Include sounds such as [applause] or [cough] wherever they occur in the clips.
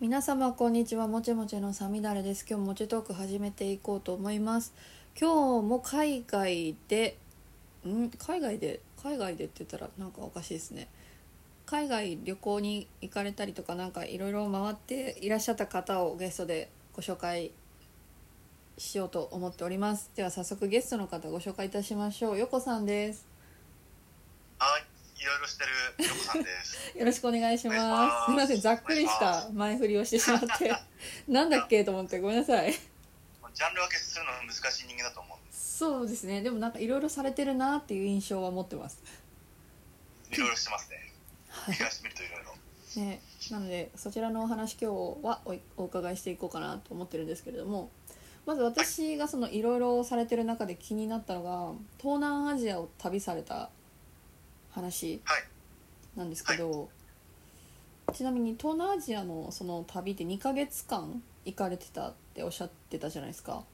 皆様こんにちはもちもちのさみだれです今日もちトーク始めていこうと思います今日も海外でん海外で海外でって言ったらなんかおかしいですね海外旅行に行かれたりとかなんかいろいろ回っていらっしゃった方をゲストでご紹介しようと思っておりますでは早速ゲストの方ご紹介いたしましょうよこさんですはい、いろいろしてるヨコさんです。 [laughs] よろしくお願いしおま願いしすますすみませんざっくりした前振りをしてしまって [laughs] なんだっけと思ってごめんなさいジャンル分けするの難しい人間だと思う。そうですねでもなんかいろいろされてるなっていう印象は持ってますいろいろしてますね。は見返してみるといろいろ。い、ね、なのでそちらのお話今日はおお伺いしていこうかなと思ってるんですけれどもまず私がそのいろいろされてる中で気になったのが東南アジアを旅された話はいなんですけど、ちなみに東南アジアのその旅って2ヶ月間行かれてたっておっしゃってたじゃないですか。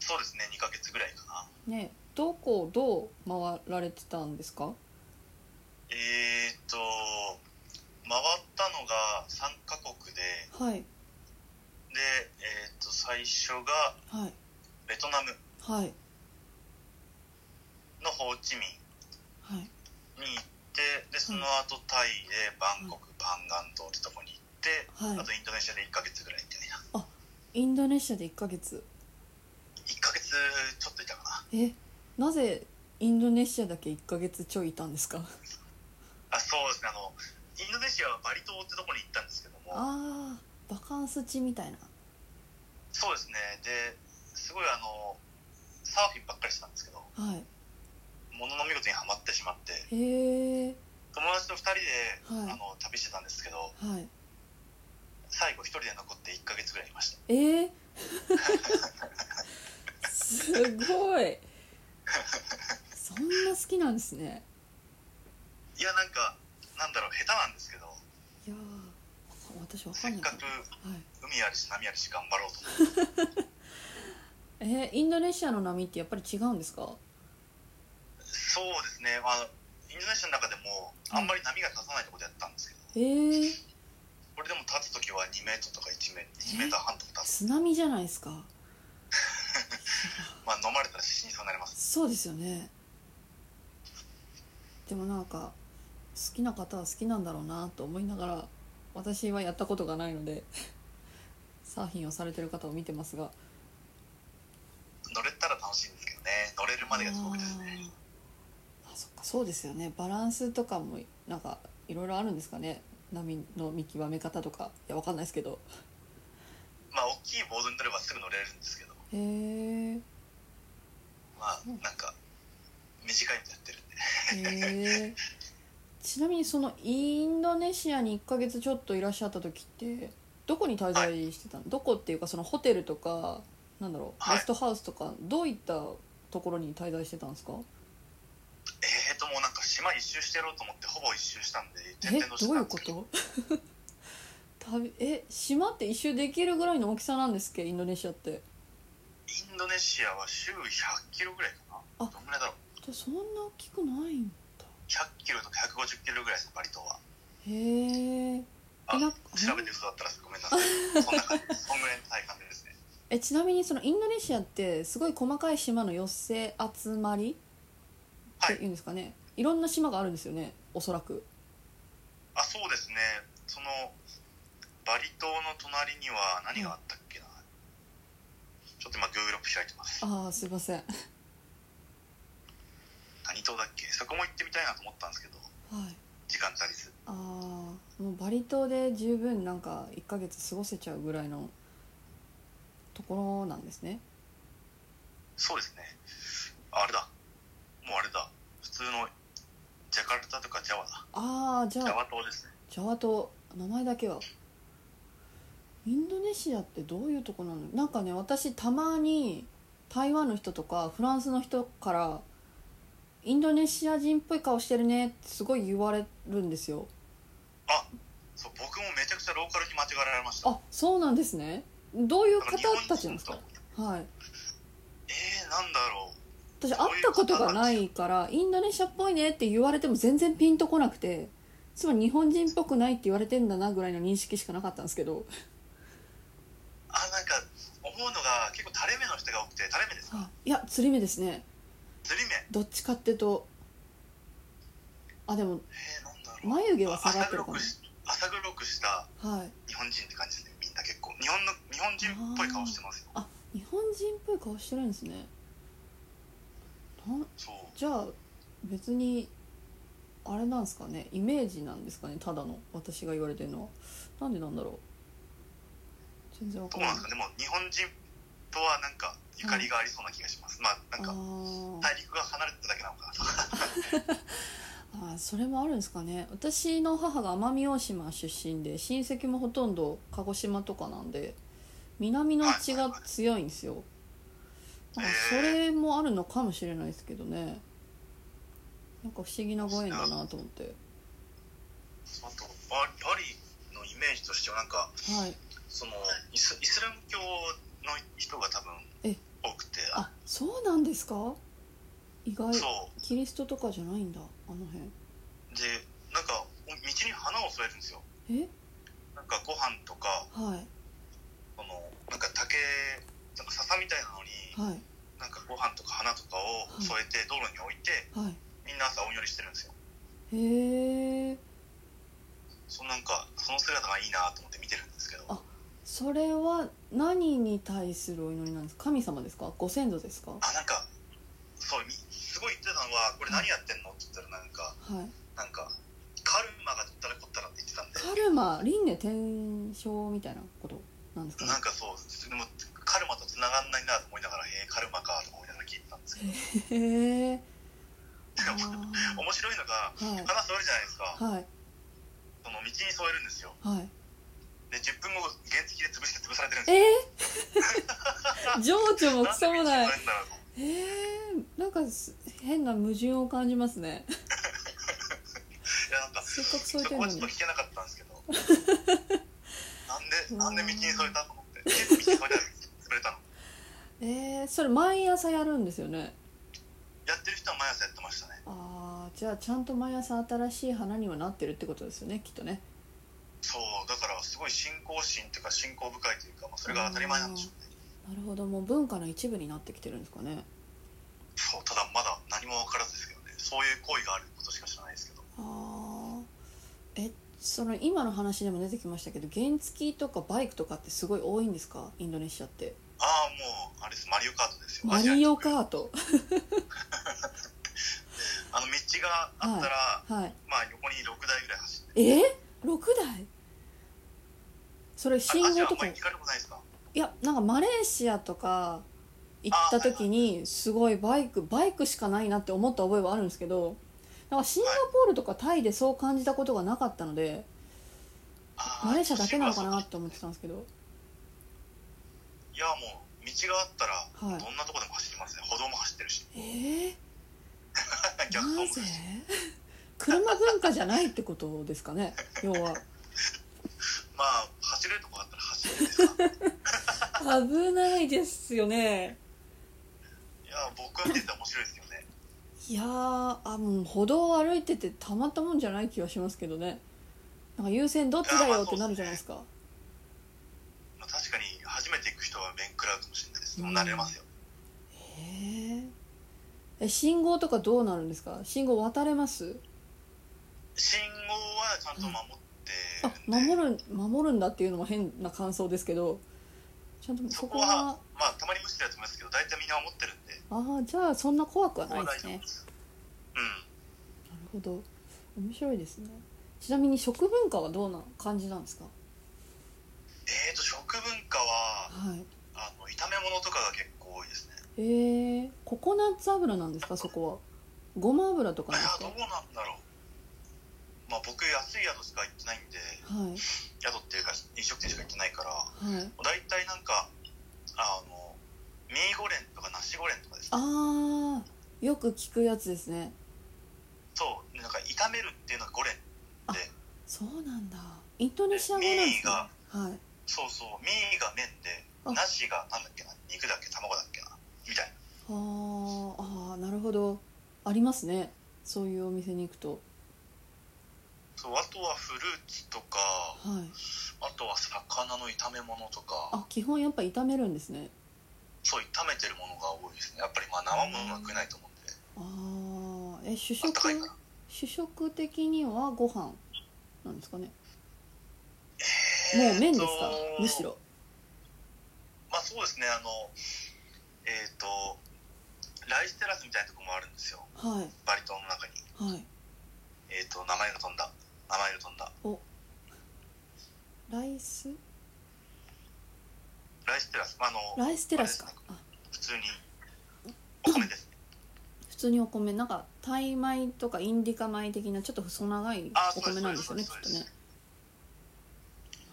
そうですね、2ヶ月ぐらいかな。ね、どこをどう回られてたんですかえーっと、回ったのが3カ国で、はいで、えーっと、最初がはいベトナムはいのホーチミはいンに行って、で、その後タイでバンコク、パンガン島ってとこに行って、はいあとインドネシアで1ヶ月ぐらいみたいな。インドネシアで1ヶ月1ヶ月ちょっといたかな。えなぜインドネシアだけ1ヶ月ちょいいたんですかあそうですねあのインドネシアはバリ島ってとこに行ったんですけどもあーバカンス地みたいなそうですねですごいあのサーフィンばっかりしてたんですけどはい物の見事にはまってしまってへえ友達と2人で、はいあの旅してたんですけどはい最後1人で残って1ヶ月ぐらいいましたえ [laughs] ー、 [laughs] すごいそんな好きなんですねいやなんかなんだろう下手なんですけどいやー私わかせんっないかなくはい海あるし波あるし頑張ろうと思ってえー、インドネシアの波ってやっぱり違うんですかそうですね、まあ、インドネシアの中でもあんまり波が立たないとこでやったんですけどえー、これでも立つ時は2メートルとか1メ1メーター半とか立つ、津波じゃないですかまあ、飲まれたら死にそうになりますそうですよねでもなんか好きな方は好きなんだろうなと思いながら私はやったことがないので [laughs] サーフィンをされてる方を見てますが乗れたら楽しいんですけどね乗れるまでがすごくですねあーあそっかそうですよねバランスとかもなんかいろいろあるんですかね波の見極め方とかいやわかんないですけどまあ大きいボードに乗ればすぐ乗れるんですけどへえまあなんか短いのやってるんでへえちなみにそのインドネシアに1ヶ月ちょっといらっしゃった時ってどこに滞在してたの、どこっていうかそのホテルとかなんだろうはいゲストハウスとかどういったところに滞在してたん [laughs] ですかえーともうなんか島一周してやろうと思ってほぼ一周したんでえ転々としてどういたんうですこけどと [laughs] 旅え島って一周できるぐらいの大きさなんですっけインドネシアってインドネシアは週100キロぐらいかあなどんぐらいだろうじゃあそんな大きくないんだ100キロとか150キロぐらいですバリ島はへえあえな調べて嘘だったらごめんなさいそんな感じですそんぐらいの体感でですねえちなみにそのインドネシアってすごい細かい島の寄せ集まりっはていいうんですかね、い、ろんな島があるんですよねおそらくあそうですねそのバリ島の隣には何があったっけな、ちょっと今 Google マップ開いてますああすいませんはい何島だっけそこも行ってみたいなと思ったんですけど時間足りずああもうバリ島で十分なんか1ヶ月過ごせちゃうぐらいのところなんですねそうですねあれだもうあれだ普通のジャカルタとかジャワだああじゃジャあワ島ですねジャワ島名前だけはインドネシアってどういうとこなのなんかね私たまに台湾の人とかフランスの人からインドネシア人っぽい顔してるねってすごい言われるんですよあそう僕もめちゃくちゃローカルに間違えられましたあそうなんですねどういう方たちなんですかだから日本人はいえー、なんだろう私会ったことがないからインドネシアっぽいねって言われても全然ピンとこなくてつまり日本人っぽくないって言われてんだなぐらいの認識しかなかったんですけどあなんか思うのが結構垂れ目の人が多くて垂れ目ですかあいや釣り目ですね釣り目どっちかってとあでもえー、なんだろう眉毛は下がってるかあ浅黒くしたなはい日本人って感じですねみんな結構日本の日本人っぽい顔してますよあ日本人っぽい顔してるんですねなんそうじゃあ別にあれなんですかねイメージなんですかねただの私が言われてるのはなんでなんだろう全然わかんどうないなんですかでも日本人とはなんかゆかりがありそうな気がします、まあなんあかー大陸が離れてただけなのかなとかあーそれもあるんですかね私の母が奄美大島出身で親戚もほとんど鹿児島とかなんで南の血が強いんですよなはいんはいかそれもあるのかもしれないですけどねなんか不思議なご縁だなと思ってあとババリのイメージとしてはなんかはいそのイスイスラム教の人が多分え多くてあそうなんですか意外そキリストとかじゃないんだあのうでなんかお道に花を添えるんですよ辺えなんかご飯とかはいそのなんか竹なんか笹みたいなのに、はいなんかご飯とか花とかを添えて道路に置いてはみんな朝お祈りしてるんですよいへえそのなんかその姿がいいなと思って見てるんですけどあそれは何に対するお祈りなんですか神様ですかご先祖ですかはあなんかそうみすごい言ってたのは「これ何やってんの?」って言ったらなんかいなんかカルマがどったらこったらって言ってたんでカルマ輪廻転生みたいなことなんですかねなんかそうでもカルマと繋がんないなと思いながら「へえカルマか」とか思いながら聞いてたんですけどへえ面白いのがはい花添えるじゃないですかはいその道に添えるんですよはいで10分後原付で潰して潰されてるんですよえ [laughs] ー、情緒もクソも [laughs] ないんで道に添えるんだろうとえー、なんかす変な矛盾を感じますねいやなんかせっかくそ添えてこるのはちょっにと聞けなかったんですけどなんでうんなんで道に添えたと思って結構道に添えたら潰れたのえー、それ毎朝やるんですよねやってる人は毎朝やってましたねああじゃあちゃんと毎朝新しい花にはなってるってことですよねきっとねそうだからすごい信仰心というか信仰深いというか、まあ、それが当たり前なんでしょうねなるほどもう文化の一部になってきてるんですかねそうただまだ何も分からずですけどねそういう行為があることしか知らないですけどああえその今の話でも出てきましたけど原付とかバイクとかってすごい多いんですかインドネシアってああもうあれですマリオカートですよマリオートカートあの道があったら、はいまあ横に6台ぐらい走ってえ六6台それ信あアジ号アあとんまかりい聞かれたことないですかやなんかマレーシアとか行った時にすごいバイクバイクしかないなって思った覚えはあるんですけどなんかシンガポールとかタイでそう感じたことがなかったのであマレーシアだけなのか都な市部はって思ってたんですけどそういやもう道があったら、はいどんなとこでも走りますね歩道も走ってるしえー、逆走もなすぜるし車文化じゃないってことですか [laughs] ね要はまあ走れるとこあったら走るんですがい危ないですよねや僕は見てて面白いですけどねいやーあもう歩道を歩いててたまったもんじゃない気はしますけどねなんか優先どっちだよってなるじゃないですかまあ、確かに初めて行く人は面食らうかもしれないですけど、うん慣れますよへーえ信号とかどうなるんですか信号渡れます信号はちゃんと守ってある守んで、る守るんだっていうのも変な感想ですけどちゃんとそそここははまあたまに無視してるやつもいますけど大体みんな守ってるんでああじゃあそんな怖くはそなこいはで大す丈ね夫ですうんなるほど面白いですねちなみに食文化はどうな感じなんですかえーと食文化ははいあの炒め物とかが結構多いですねえー、ココナッツ油なんですかそこはごま油とかいなんでやすかどうなんだろうまあ僕安い宿しか行ってないんでは宿っていうか飲食店しか行ってないからいはい大体なんかあのミーゴレンとかナシゴレンとかですねあーよく聞くやつですねそうなんか炒めるっていうのがゴレンでそうなんだインドネシア語なんですかはいそうそうミーが麺であナシがなんだっけな肉だっけ卵だっけなみたいあなーあーなるほどありますねそういうお店に行くとそうあとはフルーツとかはいあとは魚の炒め物とかあ基本やっぱ炒めるんですねそう炒めてるものが多いですねやっぱりまあ生ものは食えないと思うんでああえ主あ食ったかいから主食的にはご飯なんですかねもえーうっと麺ですかむしろまあそうですねあのえーっ、とライステラスみたいなとこもあるんですよはいバリ島の中にはいえーっ、と名前が飛んだ名前が飛んだライスライステラス、まあ、あのライステラスかあ普通にお米ですね普通にお米なんかタイ米とかインディカ米的なちょっと細長いあおそうです米なんですよねきっそうでとすね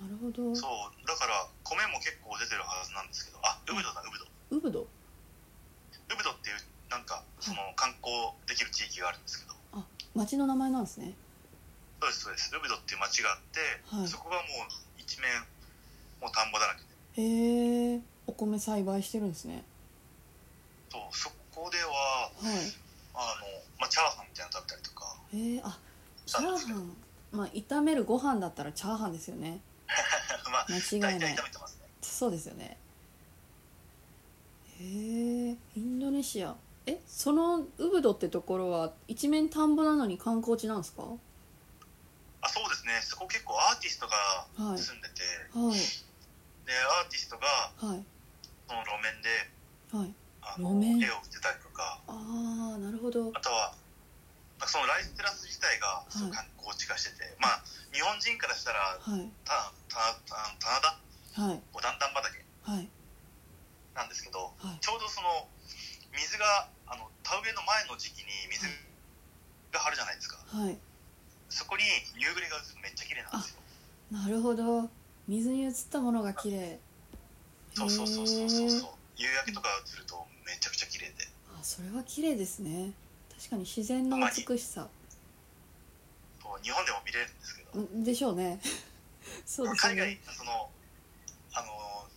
なるほどそうだから米も結構出てるはずなんですけどあウブドだウブドウブドウブドっていうなんかその観光できる地域があるんですけど町の名前なんですねそうですそうですウブドっていう町があって、はいそこがもう一面もう田んぼだらけでへえお米栽培してるんですねそうそこでははいあの、まあ、チャーハンみたいなの食べたりとか [laughs] へえあチャーハンまあ炒めるご飯だったらチャーハンですよねまあ間違いな大い体炒めてますねそうですよねへえインドネシアえそのウブドってところは一面田んぼなのに観光地なんですかはあそうですねそこ結構アーティストがはい住んでて、いでアーティストがはいその路面ではいあの路面絵を売ってたりとかああなるほどあとはなんかそのライステラス自体がすごい観光地化してて、まあ日本人からしたらはいたたた棚田はいこう段々畑はいなんですけどはいちょうどその水があの田植えの前の時期に水が張るじゃないですかはいそこに夕暮れが映るめっちゃ綺麗なんですよなるほど水に映ったものが綺麗そうそうそうそうそうへそーう夕焼けとか映るとめちゃくちゃ綺麗であそれは綺麗ですね確かに自然の美しさこう日本でも見れるんですけどんでしょうねそうです海ね外そのあの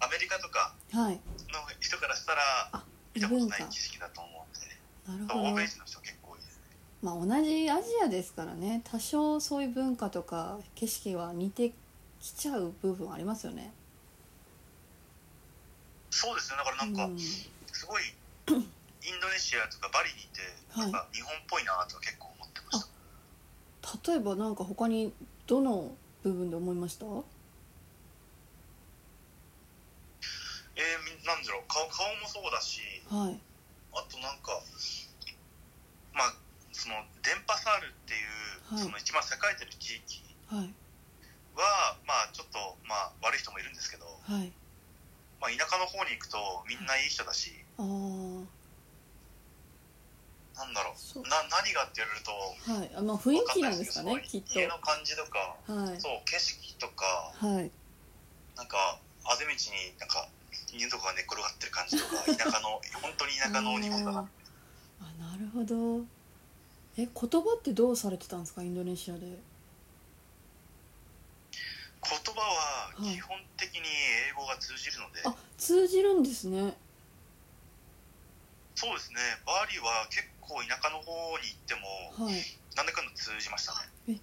アメリカとかはいの人からしたらあ見異たこと文な化い知識だと思うんでなるほ欧ど米人の人結構多いですねまあ同じアジアですからね多少そういう文化とか景色は似てきちゃう部分ありますよねそうですねだからなんかうん、[coughs] すごいインドネシアとかバリにいてはないんか日本っぽいなとは結構思ってました、例えばなんか他にどの部分で思いましたえーみ、なんだろう顔顔もそうだしはいあとなんかまあその電波サールっていう、はいその一番栄えてる地域はいはまあちょっとまあ悪い人もいるんですけど、はいまあ、田舎の方に行くとみんないい人だし、あーなんだろそううな何がって言われるとはいあまあ雰囲気なんですかわねいきっですけど家の感じとかとはいそう景色とかはいなんかあぜ道になんか犬とかが寝っ転がってる感じと [laughs] か田舎の本当に田舎の日本だなあーあなるほどえ言葉ってどうされてたんですかインドネシアで言葉ははい基本的に英語が通じるので、あ通じるんですねそうですねバリは結構田舎の方に行ってもはいなんだかんだ通じましたね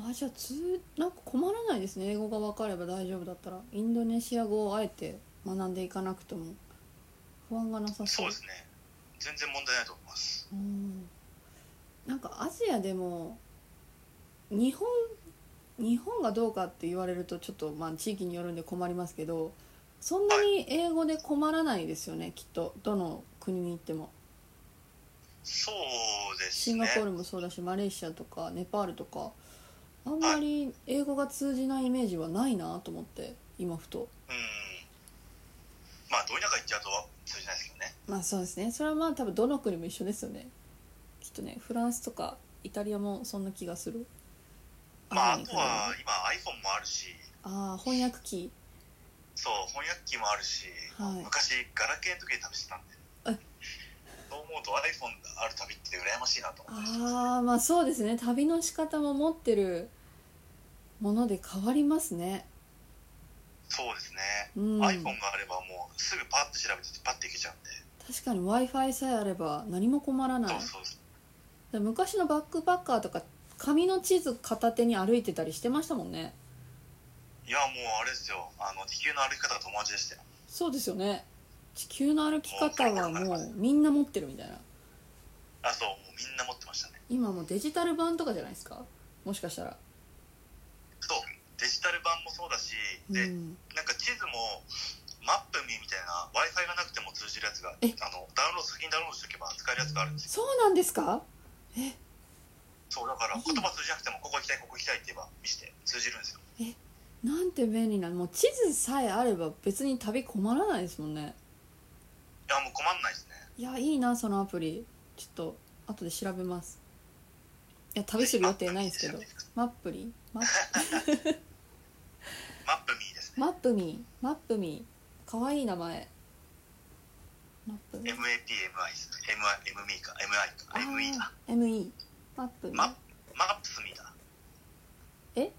あじゃあ通なんか困らないですね英語が分かれば大丈夫だったらインドネシア語をあえて学んでいかなくても不安がなさそそううですね全然問題ないと思いますうんなんかアジアでも日本日本がどうかって言われるとちょっとまあ地域によるんで困りますけどそんなに英語で困らないですよねきっとどの国に行ってもそうですシンガねポールもそうだしマレーシアとかネパールとかあんまり英語が通じないイメージはないなと思って今ふとうんまあど田舎行っちゃうとは通じないですけどねまあそうですねそれはまあ多分どの国も一緒ですよねきっとねフランスとかイタリアもそんな気がするまああアジアに比とべればは今 iPhone もあるしああ翻訳機そう翻訳機もあるし、はい昔ガラケーの時に試してたんでえそう思うと iPhone ある旅って羨ましいなと思ってああまあそうですね旅の仕方も持ってるもので変わりますねそうですね、うん iPhone があればもうすぐパッと調べてパッといけちゃうんで、確かに w i f i さえあれば何も困らないそうそうそうで昔のバックパッカーとか紙の地図片手に歩いてたりしてましたもんねいやもうあれですよあの地球の歩き方が友達でしたよそうですよね地球の歩き方はもうみんな持ってるみたいなあそうもうみんな持ってましたね今もうデジタル版とかじゃないですかもしかしたらそうデジタル版もそうだしうで、んなんか地図もマップミーみたいな w i f i がなくても通じるやつがあえのダウンロード先にダウンロードしておけば使えるやつがあるんですそうよなんですかそうだからうん言葉通じなくてもここ行きたいここ行きたいって言えば見せて通じるんですよなんて便利なもう地図さえあれば別に旅困らないですもんねいやもう困んないですねいやいいなそのアプリちょっと後で調べますいや旅する予定ないですけどマップリマッマップミーですねマップミーマップミーかわいい名前マップミ MAPMI ーです MI MMI か MI かあ ME だー ME マップミーママップスミーだえ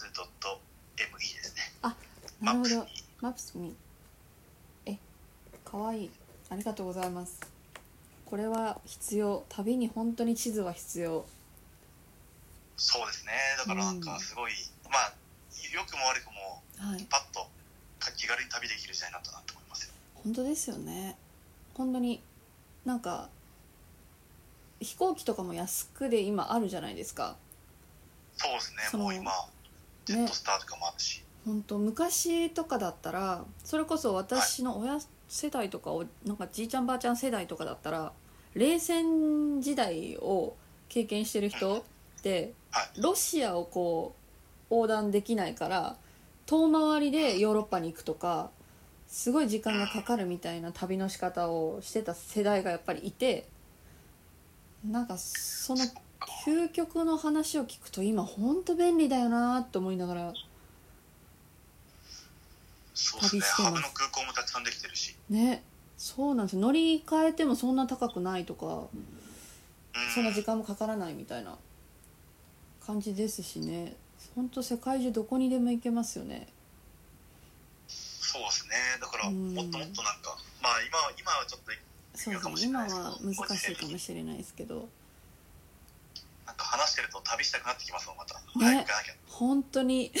MAPS.ME ですねなマるッほプスミどーマップスミえかわいいありがとうございますこれは必要旅に本当に地図は必要そうですねだからなんかすごい、まあ良くも悪くもはいパッと気軽に旅できる時代になったなと思いますよ本当ですよね本当になんか飛行機とかも安くで今あるじゃないですかそうですねそのもう今ジェットスターとかもあるし、本当昔とかだったらそれこそ私の親世代とかをなんかじいちゃんばあちゃん世代とかだったら冷戦時代を経験してる人ってはいロシアをこう横断できないから遠回りでヨーロッパに行くとかすごい時間がかかるみたいな旅の仕方をしてた世代がやっぱりいてなんかその究極の話を聞くと今ほんと便利だよなと思いながら。そうです旅してねますハブの空港もたくさんできてるし、ねそうなんですよ乗り換えてもそんな高くないとかうん、そんな時間もかからないみたいな感じですしねほんと世界中どこにでも行けますよねそうですねだからうんもっともっとなんか、まあ今は今はちょっとそうですね今は難しいかもしれないですけどなんか話してると旅したくなってきますもんまた、早く行かなきゃ本当に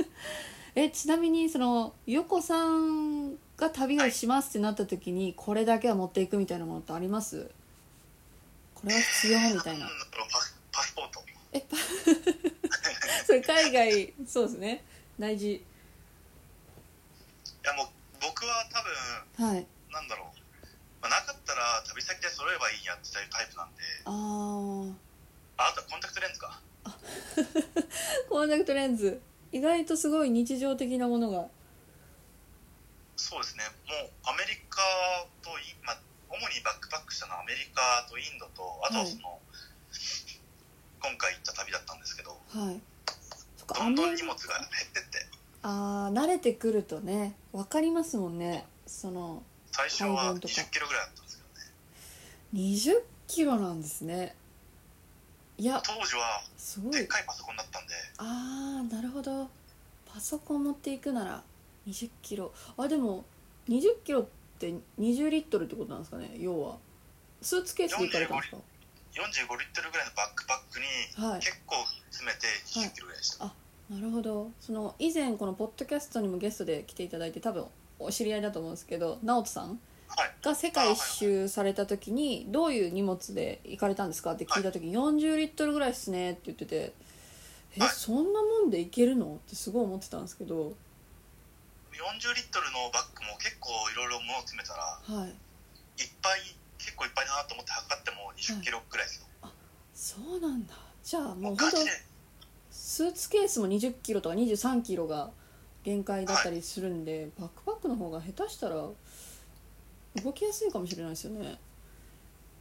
[laughs] えちなみにその横さんが旅をしますってなった時にこれだけは持っていくみたいなものってありますこれは必要みたいなんだろうパスパスポートえパ [laughs] それ海外そうですね大事いやもう僕は多分はいなんだろう、まあ、なかったら旅先で揃えばいいやっていうタイプなんであーああとはコンタクトレンズかコンタクトレンズ意外とすごい日常的なものがそうですねもうアメリカとインまあ、主にバックパックしたのはアメリカとインドとあとはその、今回行った旅だったんですけどはいそっかどアんどんメ荷リ物が減ってってあー慣れてくるとね分かりますもんねその最初は海2岸とか0キロぐらいだったんですけど20ねキロなんですねいや当時はすごでっいかいパソコンだったんで、あーなるほどパソコン持っていくなら20キロあでも20キロって20リットルってことなんですかね要はスーツケースで行かれたんですか45リットルぐらいのバックパックにはい結構詰めて2 0キロぐらいでした、なるほどその以前このポッドキャストにもゲストで来ていただいて多分お知り合いだと思うんですけど直人さんはいが世界一周された時にどういう荷物で行かれたんですかって聞いた時に40リットルぐらいっすねって言っててえはいそんなもんで行けるのってすごい思ってたんですけど40リットルのバッグも結構いろいろ物を詰めたらはいいっぱい結構いっぱいだなと思って測っても2 0キロぐらいですよ、そうなんだじゃあももう本うガ当チでスーツケースも2 0キロとか2 3キロが限界だったりするんで、バックパックの方が下手したら動きやすいかもしれないですよね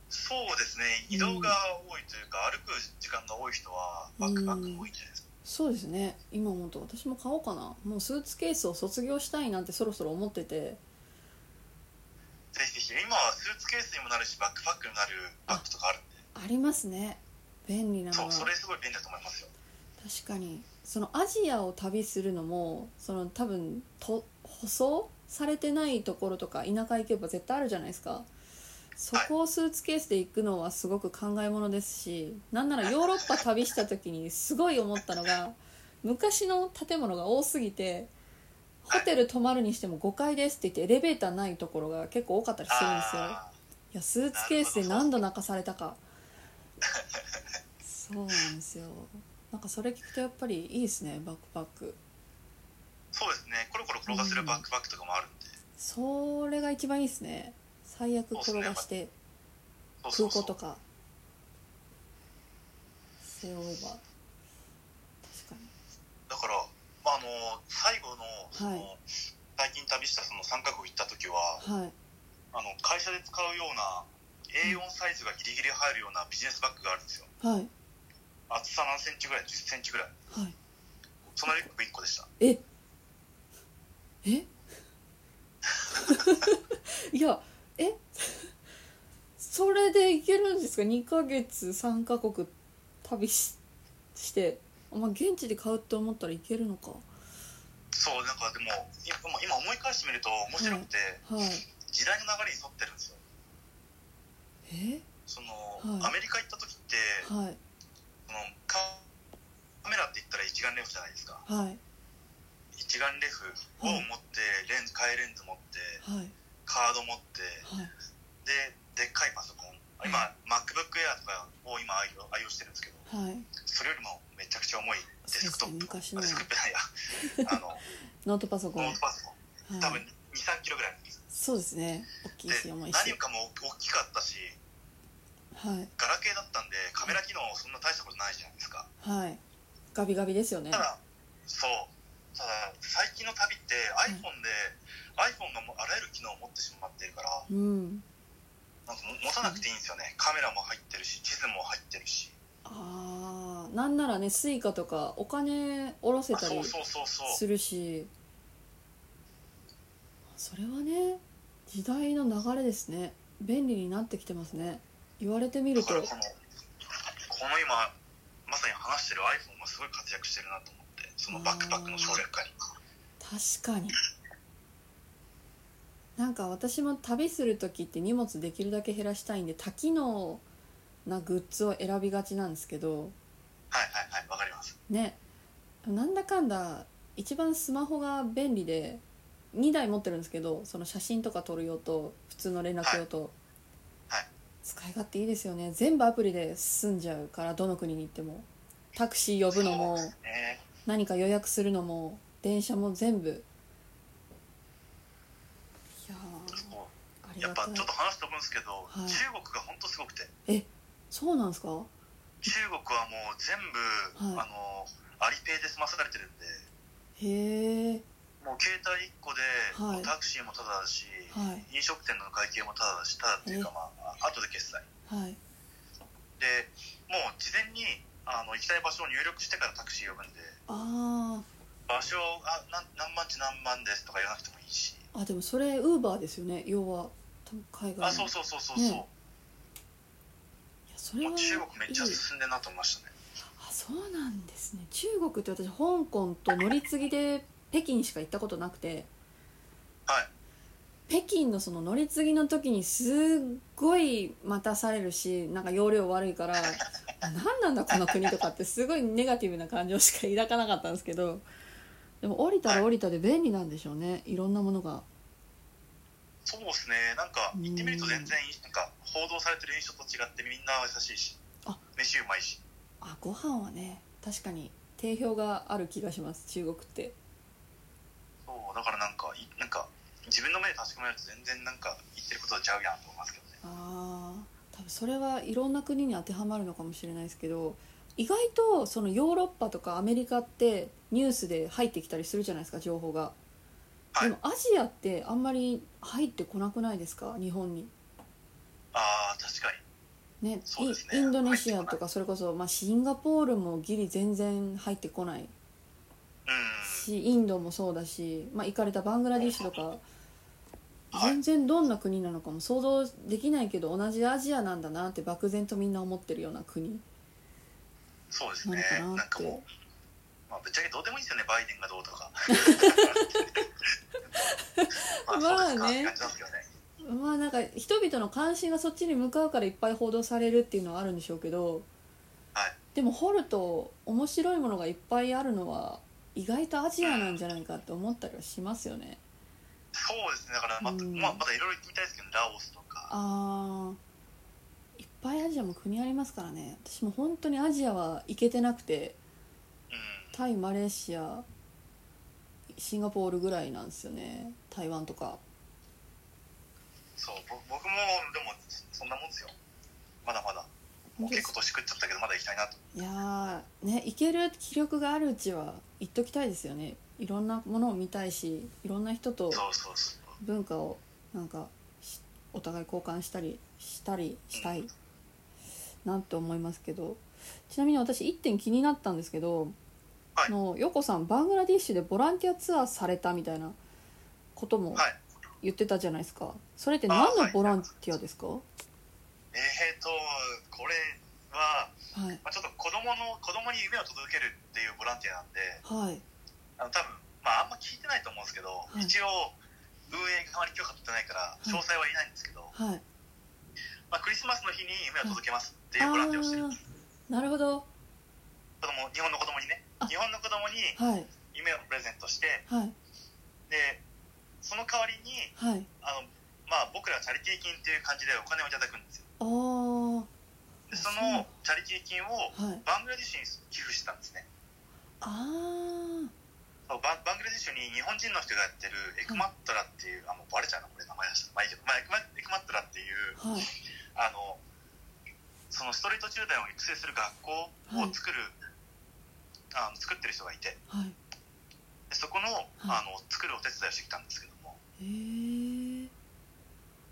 そうですね移動が多いというか、歩く時間が多い人はバックパックも多いんじゃないですか、そうですね今思うと私も買おうかなもうスーツケースを卒業したいなんてそろそろ思っててぜひぜひ今はスーツケースにもなるしバックパックにもなるバッグとかあるんでありますね便利なのそはうそれすごい便利だと思いますよ確かにそのアジアを旅するのもその多分と舗装されてないところとか田舎行けば絶対あるじゃないですかそこをスーツケースで行くのはすごく考えものですしなんならヨーロッパ旅した時にすごい思ったのが昔の建物が多すぎてホテル泊まるにしても5階ですって言ってエレベーターないところが結構多かったりするんですよ。あいやスーツケースで何度泣かされたかそうなんですよなんかそれ聞くとやっぱりいいですねバックパックーそうですねコロコロ転がせるバックパックとかもあるんで、それが一番いいですね最悪転がしてそ空うそ港うそとうか背負えば確かだから、まあ、あの最後のその、は最近旅したその3カ国行った時はにはいあの会社で使うような A4 サイズがギリギリ入るようなビジネスバッグがあるんですよはい厚さ何センチぐらい10センチぐらいはいそのリュック1個でしたええ [laughs] いやえそれでいけるんですか2ヶ月3カ国旅ししてあまあ現地で買うと思ったらいけるのかそうなんかでも今今思い返してみると面白くて、はい時代の流れに沿ってるんですよえその、はいアメリカ行った時って、はいそのカカメラって言ったら一眼レフじゃないですかはい一眼レフを持ってレンズ替えレンズ持ってはいカード持ってはいででっかいパソコン今 MacBook Air とかを今愛用愛用してるんですけどはいそれよりもめちゃくちゃ重いデそうスでクすね昔のトップデスクトッ [laughs] プじゃないやあのノートパソコン、ノはいート、パソコン多分2 3キロぐらいあるんですそうですね大きいしで重いし何かも大きかったしはいガラケーだったんでカメラ機能そんな大したことないじゃないですかはいガビガビですよねただそうただ最近の旅って iPhone で、iPhone がもうあらゆる機能を持ってしまっているからうんなんかも持たなくていいんですよねカメラも入ってるし地図も入ってるしあーなんならねスイカとかお金下ろせあたそりうそうそうそうするしそれはね時代の流れですね便利になってきてますね言われてみだるとからこのこの今まさに話してる iPhone がすごい活躍してるなと思ってそのバックパックの省略化に確かになんか私も旅する時って荷物できるだけ減らしたいんで多機能なグッズを選びがちなんですけどはいはいはいわかりますねなんだかんだ一番スマホが便利で2台持ってるんですけどその写真とか撮る用と普通の連絡用と、はいはい使い勝手いいですよね全部アプリで済んじゃうからどの国に行ってもタクシー呼ぶのもそうですね何か予約するのも電車も全部いやーそうありやがったぱちいょっと話飛ぶんですけど、はい中国が本当すごくてそうなんですかは中国はもう全部、はいあのアリペイで済まされてるんでへえもう携帯1個で、はいもうタクシーもタダだし、はい飲食店の会計もタダだしタダっていうかまあ後で決済はいでもう事前にあの行きたい場所を入力してからタクシー呼ぶんであ場所あなん何万地何万ですとか言わなくてもいいし、ーあでもそれウーバーですよね要は多分海外のあそうそうそうそうそ、いやそうれはもう中国めっちゃいい進んでるなと思いましたねあそうなんですね中国って私香港と乗り継ぎで北京しか行ったことなくてはい北京のその乗り継ぎの時にすっごい待たされるしなんか容量悪いからあ何なんだこの国とかってすごいネガティブな感情しか抱かなかったんですけどでも降りたら降りたで便利なんでしょうねいろんなものがそうですねなんか行ってみると全然いいなんか報道されてる印象と違ってみんな優しいしあ飯うまいしあご飯はね確かに定評がある気がします中国ってそうだからなんかいなんか自分の目で確かめると全然なんか言ってることはちゃうやんと思いますけどねあー多分それはいろんな国に当てはまるのかもしれないですけど意外とそのヨーロッパとかアメリカってニュースで入ってきたりするじゃないですか情報が、はでいもアジアってあんまり入ってこなくないですか日本にああ確かにねそうですイねインドネシアとかそれこそ、まあ、シンガポールもギリ全然入ってこないうんしインドもそうだし、まあ、行かれたバングラディッシュとかはい全然どんな国なのかも想像できないけど同じアジアなんだなって漠然とみんな思ってるような国そうですなねのかななんっかてもう、まあ、ぶっちゃけどうでもいいですよねバイデンが [laughs] どうとかまあそうですかまあねって感じなんですけどねまあなんか人々の関心がそっちに向かうからいっぱい報道されるっていうのはあるんでしょうけどはいでも掘ると面白いものがいっぱいあるのは意外とアジアなんじゃないかって思ったりはしますよねそうですねだからまた、うんまあ、まだいろいろ行ってみたいですけどラオスとかあーいっぱいアジアも国ありますからね私も本当にアジアは行けてなくてうんタイマレーシアシンガポールぐらいなんですよね台湾とかそうぼ僕もでもそんなもんですよまだまだもう結構年食っちゃったけどまだ行きたいなといやーね行ける気力があるうちは行っときたいですよねいろんなものを見たいしいろんな人とそうそうそう文化をなんかしお互い交換したりしたりしたいなって思いますけどちなみに私一点気になったんですけど、はいあのヨコさんバングラディッシュでボランティアツアーされたみたいなこともはい言ってたじゃないですか、それって何のあはいボランティアですか、えーとこれは、はいまあ、ちょっと子供の子供に夢を届けるっていうボランティアなんではいあの多分まああんま聞いてないと思うんですけど、い一応運営側に許可取ってないからい詳細は言えないんですけど、はいまあ、クリスマスの日に夢を届けますっていあうボランティアをしてるーなるほど子供日本の子供にねあ日本の子供にはい夢をプレゼントしてはいでその代わりにはいあの、まあ、僕らはチャリティー金っていう感じでお金をいただくんですよああはでそのチャリティー金をいバングラディッシュに寄付してたんですねああそうバンバングラディッシュに日本人の人がやってるエクマットラっていう、あもうバレちゃうなこれ名前出したらまあいいけど、まあ、エクマエクマットラっていうはいあのそのストリート中大を育成する学校を作る、あの作ってる人がいてはいでそこの,、はあの作るお手伝いをしてきたんですけどもへえ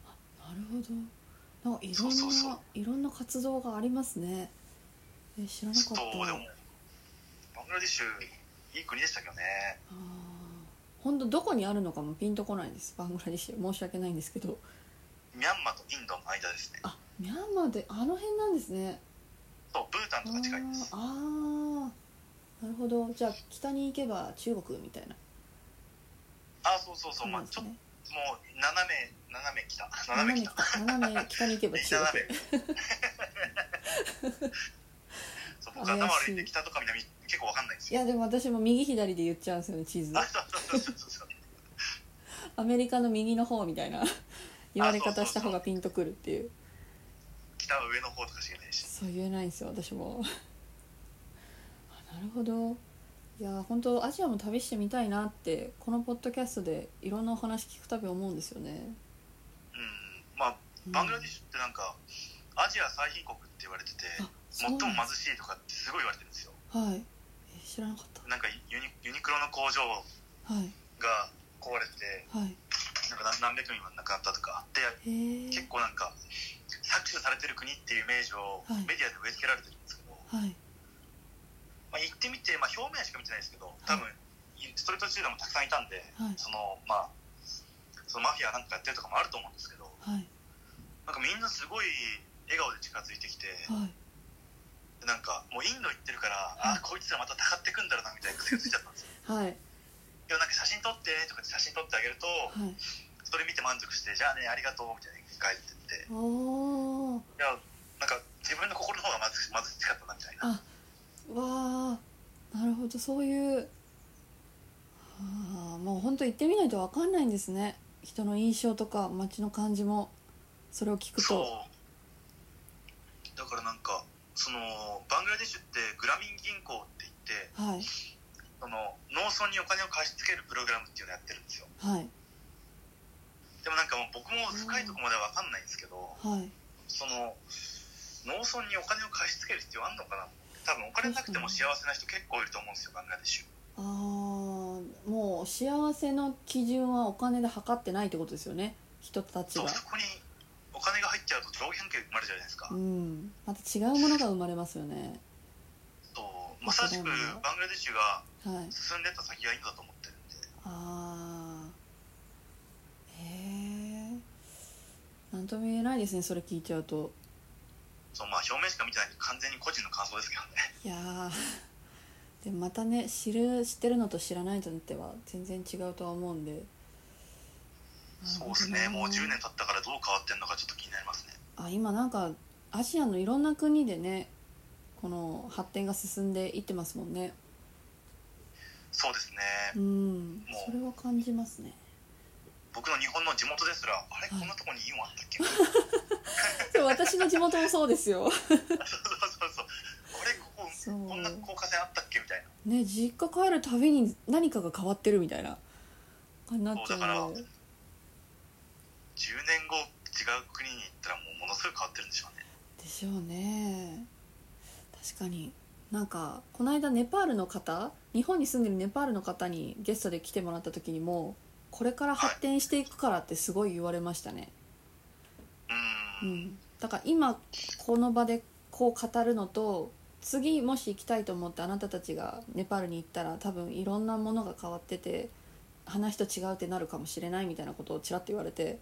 あなるほどなんかいろんなそうそうそういろんな活動がありますねえ知らなちかょっったとでもバングラディッシュいい国でしたけどねあ本当どこにあるのかもピンとこないですバングラディッシュ申し訳ないんですけどミャンマーとインドの間ですねあミャンマーであの辺なんですねそうブータンあとか近いでーすあーなるほどじゃあ北に行けば中国みたいなあそうそうそう、まあ、ちそょっうとなんもでう斜め斜め北すね [laughs] 斜め北斜め北に行けば中 [laughs] 斜国めそう僕頭悪いんで北とか南結構わかんないんですいよやでも私も右左で言っちゃうんですよね地図であそうそうそうそうそうアメリカの右の方みたい [laughs] な言われ方した方がピンとくるっていう北は上の方とかしかないしそう言えないんですよ私もあなるほどいや本当アジアも旅してみたいなってこのポッドキャストでいろんなお話聞くたび思うんですよね、うんまあうんバングラディッシュってなんかアジア最貧国って言われててあそ最うもなんで貧すしいとかってすごい言われてるんですよはいえー知らなかっなんかユニユニクロの工場たはいが壊れてはいなんか何何百人は亡くなったとかでへえ結構なんか搾取されてる国っていうイメージをはいメディアで植え付けられてるんですけど、はいまあ、行ってみて、まあ、表面しか見てないですけど多分ストレート中でもたくさんいたんで、はいそのまあそのマフィアなんかやってるとかもあると思うんですけどはいなんかみんなすごい笑顔で近づいてきてはいでなんかもうインド行ってるから、はいあこいつらまたたかってくんだろうなみたいな癖がついちゃったんですよはいでもなんか写真撮ってとかって写真撮ってあげるとはいそれ見て満足してじゃあねありがとうみたいに帰ってっておおいやなんか自分の心の方がまずまずしかったなみたいなあわあなるほどそういうあーもう本当行ってみないと分かんないんですね人の印象とか街の感じもそれを聞くとそうだからなんかそのバングラデシュってグラミン銀行って言ってはいその農村にお金を貸し付けるプログラムっていうのやってるんですよはいでもなんかもう僕も深いとこまでは分かんないんですけど、はいその農村にお金を貸し付ける必要あんのかな多分お金なくても幸せな人結構いると思うんですよバングラデシュあーもう幸せの基準はお金で測ってないってことですよね人たちそうがそこにお金が入っちゃうと上限権生まれるじゃないですか、うんまた違うものが生まれますよねそうまさしくそうだよねバングラデシュがはい進んでった先がインドだと思ってるんであーへえ何とも言えないですねそれ聞いちゃうとそうまあ表面しか見てないけど完全に個人の感想ですけどねいやーでもまたね知る知ってるのと知らないのっては全然違うとは思うんでそうですね、もう10年経ったからどう変わってんのかちょっと気になりますね。あ今なんかアジアのいろんな国でねこの発展が進んでいってますもんねそうですね、うんもそうれは感じます [laughs] ね僕の日本の地元ですら、あれ、こんなとこにイオンあったっけそうそう私の地元もそうですよそうそうそう、あれ、ここ、そうこんな高架線あったっけみたいな、ね実家帰るたびに何かが変わってるみたいな感じになっちゃうそうだ10年後、違う国に行ったら、もうものすごい変わってるんでしょうね。でしょうね確かになんかこの間ネパールの方日本に住んでるネパールの方にゲストで来てもらった時にもこれから発展していくからってすごい言われましたね、ううーん、ん、だから今この場でこう語るのと次もし行きたいと思ってあなたたちがネパールに行ったら多分いろんなものが変わってて話と違うってなるかもしれないみたいなことをちらっと言われて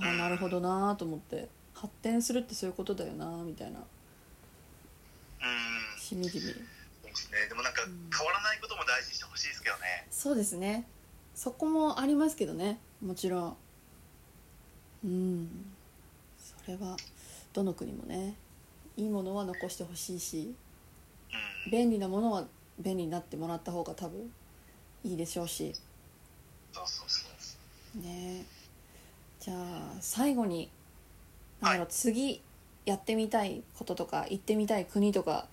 ああなるほどなーと思って発展するってそういうことだよなーみたいなうーん、しみじみそうですね、でもなんか、うん変わらないことも大事にしてほしいですけどね。そうですねそこもありますけどねもちろんうんそれはどの国もねいいものは残してほしいしうん、便利なものは便利になってもらった方が多分いいでしょうしそうそうそう。ねじゃあ最後になんだろう、は次やってみたいこととか行ってみたい国とか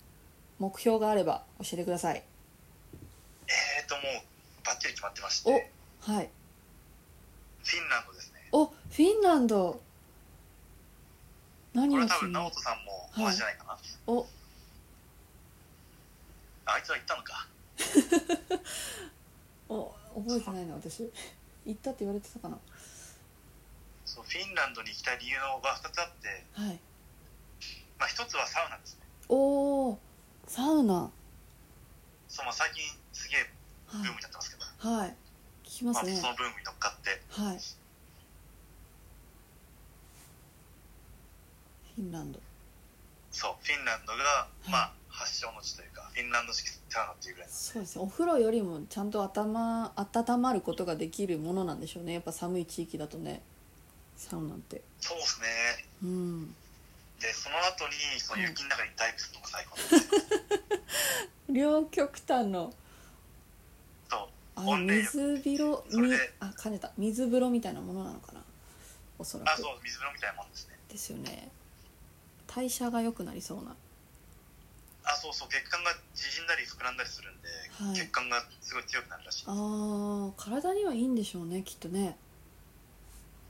目標があれば教えてくださいえーと、もう、ばっちり決まってまして、おフはいィンランドですね。おフィンランド何これをは多する分、直人さんも同じじゃないかな。おあいつは行ったのか。お覚えてないな私 [laughs] 行ったって言われてたかなそう、フィンランドに行きたい理由のが2つあって、はいまあ、1つはサウナですね。おーサウナそうまあ、最近すげえはブームいになってますけど、はい聞きままあ、すねそのブームに乗っかってはい。フィンランド。そうフィンランドが、まあ、発祥の地というかフィンランド式サウナっていうぐらいそうですね。お風呂よりもちゃんと頭温まることができるものなんでしょうね。やっぱ寒い地域だとね、サウナって。そうですねうん。でその後にその雪の中にダイブするのが最高なんですよ、両極端のそうあのオンレイ水風呂それみであ噛んでた水風呂みたいなものなのかな。おそらあくそう水風呂みたいなもんですねですよね。代謝が良くなりそうな。あそうそう血管が縮んだり膨らんだりするんで、はい血管がすごい強くなるらしいあー体にはいいんでしょうね。きっとね。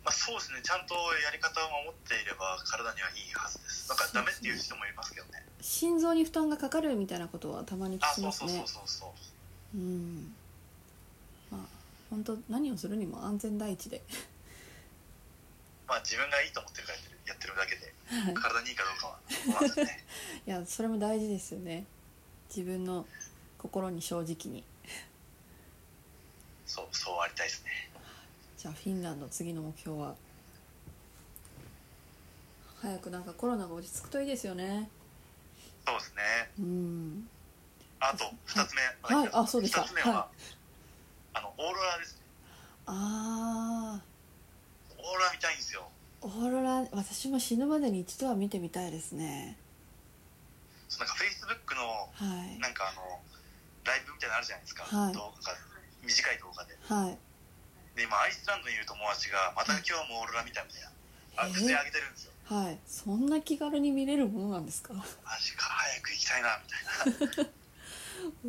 まあ、そうですねちゃんとやり方を守っていれば体にはいいはずですだからダメっていう人もいますけどね心臓に負担がかかるみたいなことはたまにあ聞きそまうすそうねそう。そうそううんまあ本当何をするにも安全第一で、まあ自分がいいと思ってるからやってるや [laughs] はってるだけでい、い体にいいかどうかはそうなんですね [laughs] やそれも大事ですよね自分の心に正直にそうそうありたいですねじゃあフィンランド次の目標は早くなんかコロナが落ち着くといいですよねそうですねうんあと2つ目はいはいあそうでした2つ目は、はあのオーロラですねあオーロラ見たいんですよーオーロラ私も死ぬまでに一度は見てみたいですねそうなんかフェイスブックのはいなんかあのライブみたいなのあるじゃないですか、はい動画が短い動画ではいで今アイスランドにいる友達がまた今日もオーロラ見たみたいなあえー別にあげてるんですよはいそんな気軽に見れるものなんですかわマジか早く行きたいなみたい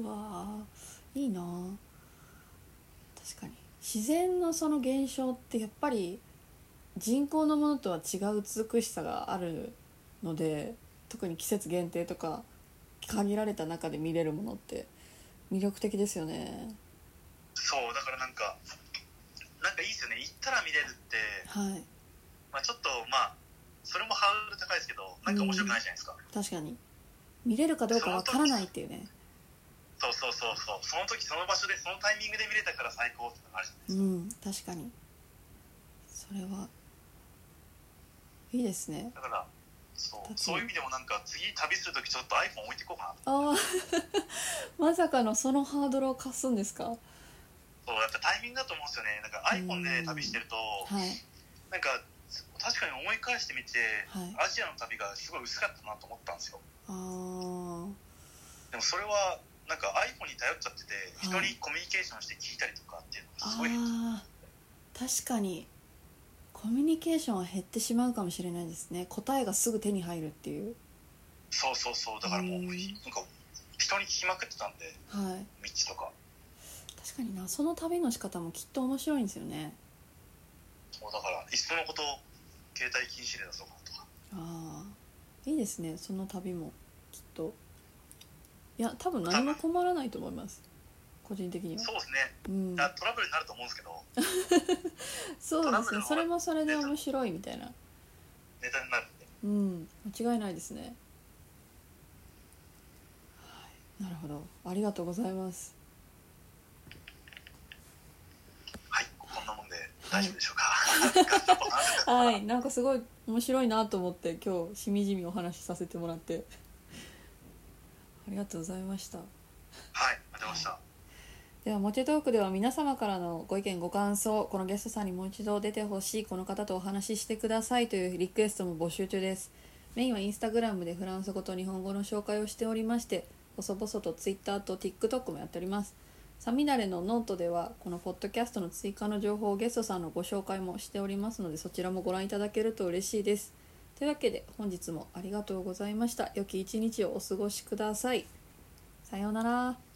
なあいいな確かに自然のその現象ってやっぱり人工のものとは違う美しさがあるので特に季節限定とか限られた中で見れるものって魅力的ですよねそうだからなんかなんかいいですよね行ったら見れるって、はいまあ、ちょっとまあそれもハードル高いですけどなんか面白くないじゃないですか、確かに見れるかどうかわからないっていうねそうそうそうそうその時その場所でそのタイミングで見れたから最高ってのがあるじゃうないですか、ん確かにそれはいいですねだからそう確かにそういう意味でもなんか次旅する時ちょっと iPhone [laughs] 置いていこうかなとああまさかのそのハードルを貸すんですかそうやっぱタイミングだと思うんですよねなんか iPhone で旅してるとはいなんか確かに思い返してみて、はいアジアの旅がすごい薄かったなと思ったんですよあーでもそれはなんか iPhone に頼っちゃってて人はいにコミュニケーションして聞いたりとかっていうのがすごいあー確かにコミュニケーションは減ってしまうかもしれないですね答えがすぐ手に入るっていうそうそうそうだからもう、うんなんか人に聞きまくってたんではい道とか確かになその旅の仕方もきっと面白いんですよねそうだからいっそのこと携帯禁止で出そうかなとかああいいですねその旅もきっといや多分何も困らないと思います個人的にはそうですねうんあトラブルになると思うんですけどそうですねトそラれブルもそれで面白いみたいなネタになるんでうん間違いないですねはいなるほどありがとうございますはいこんなもんで大丈夫でしょうか、 [laughs] [laughs] は、はいいなんかすごい面白いなと思って今日しみじみお話しさせてもらってありがとうございましたはい、ありがとうございましたではモテトークでは皆様からのご意見ご感想このゲストさんにもう一度出てほしいこの方とお話ししてくださいというリクエストも募集中ですメインはインスタグラムでフランス語と日本語の紹介をしておりまして細々とツイッターと TikTok もやっておりますサミダレのノートではこのポッドキャストの追加の情報をゲストさんのご紹介もしておりますのでそちらもご覧いただけると嬉しいですというわけで本日もありがとうございました良き一日をお過ごしくださいさようなら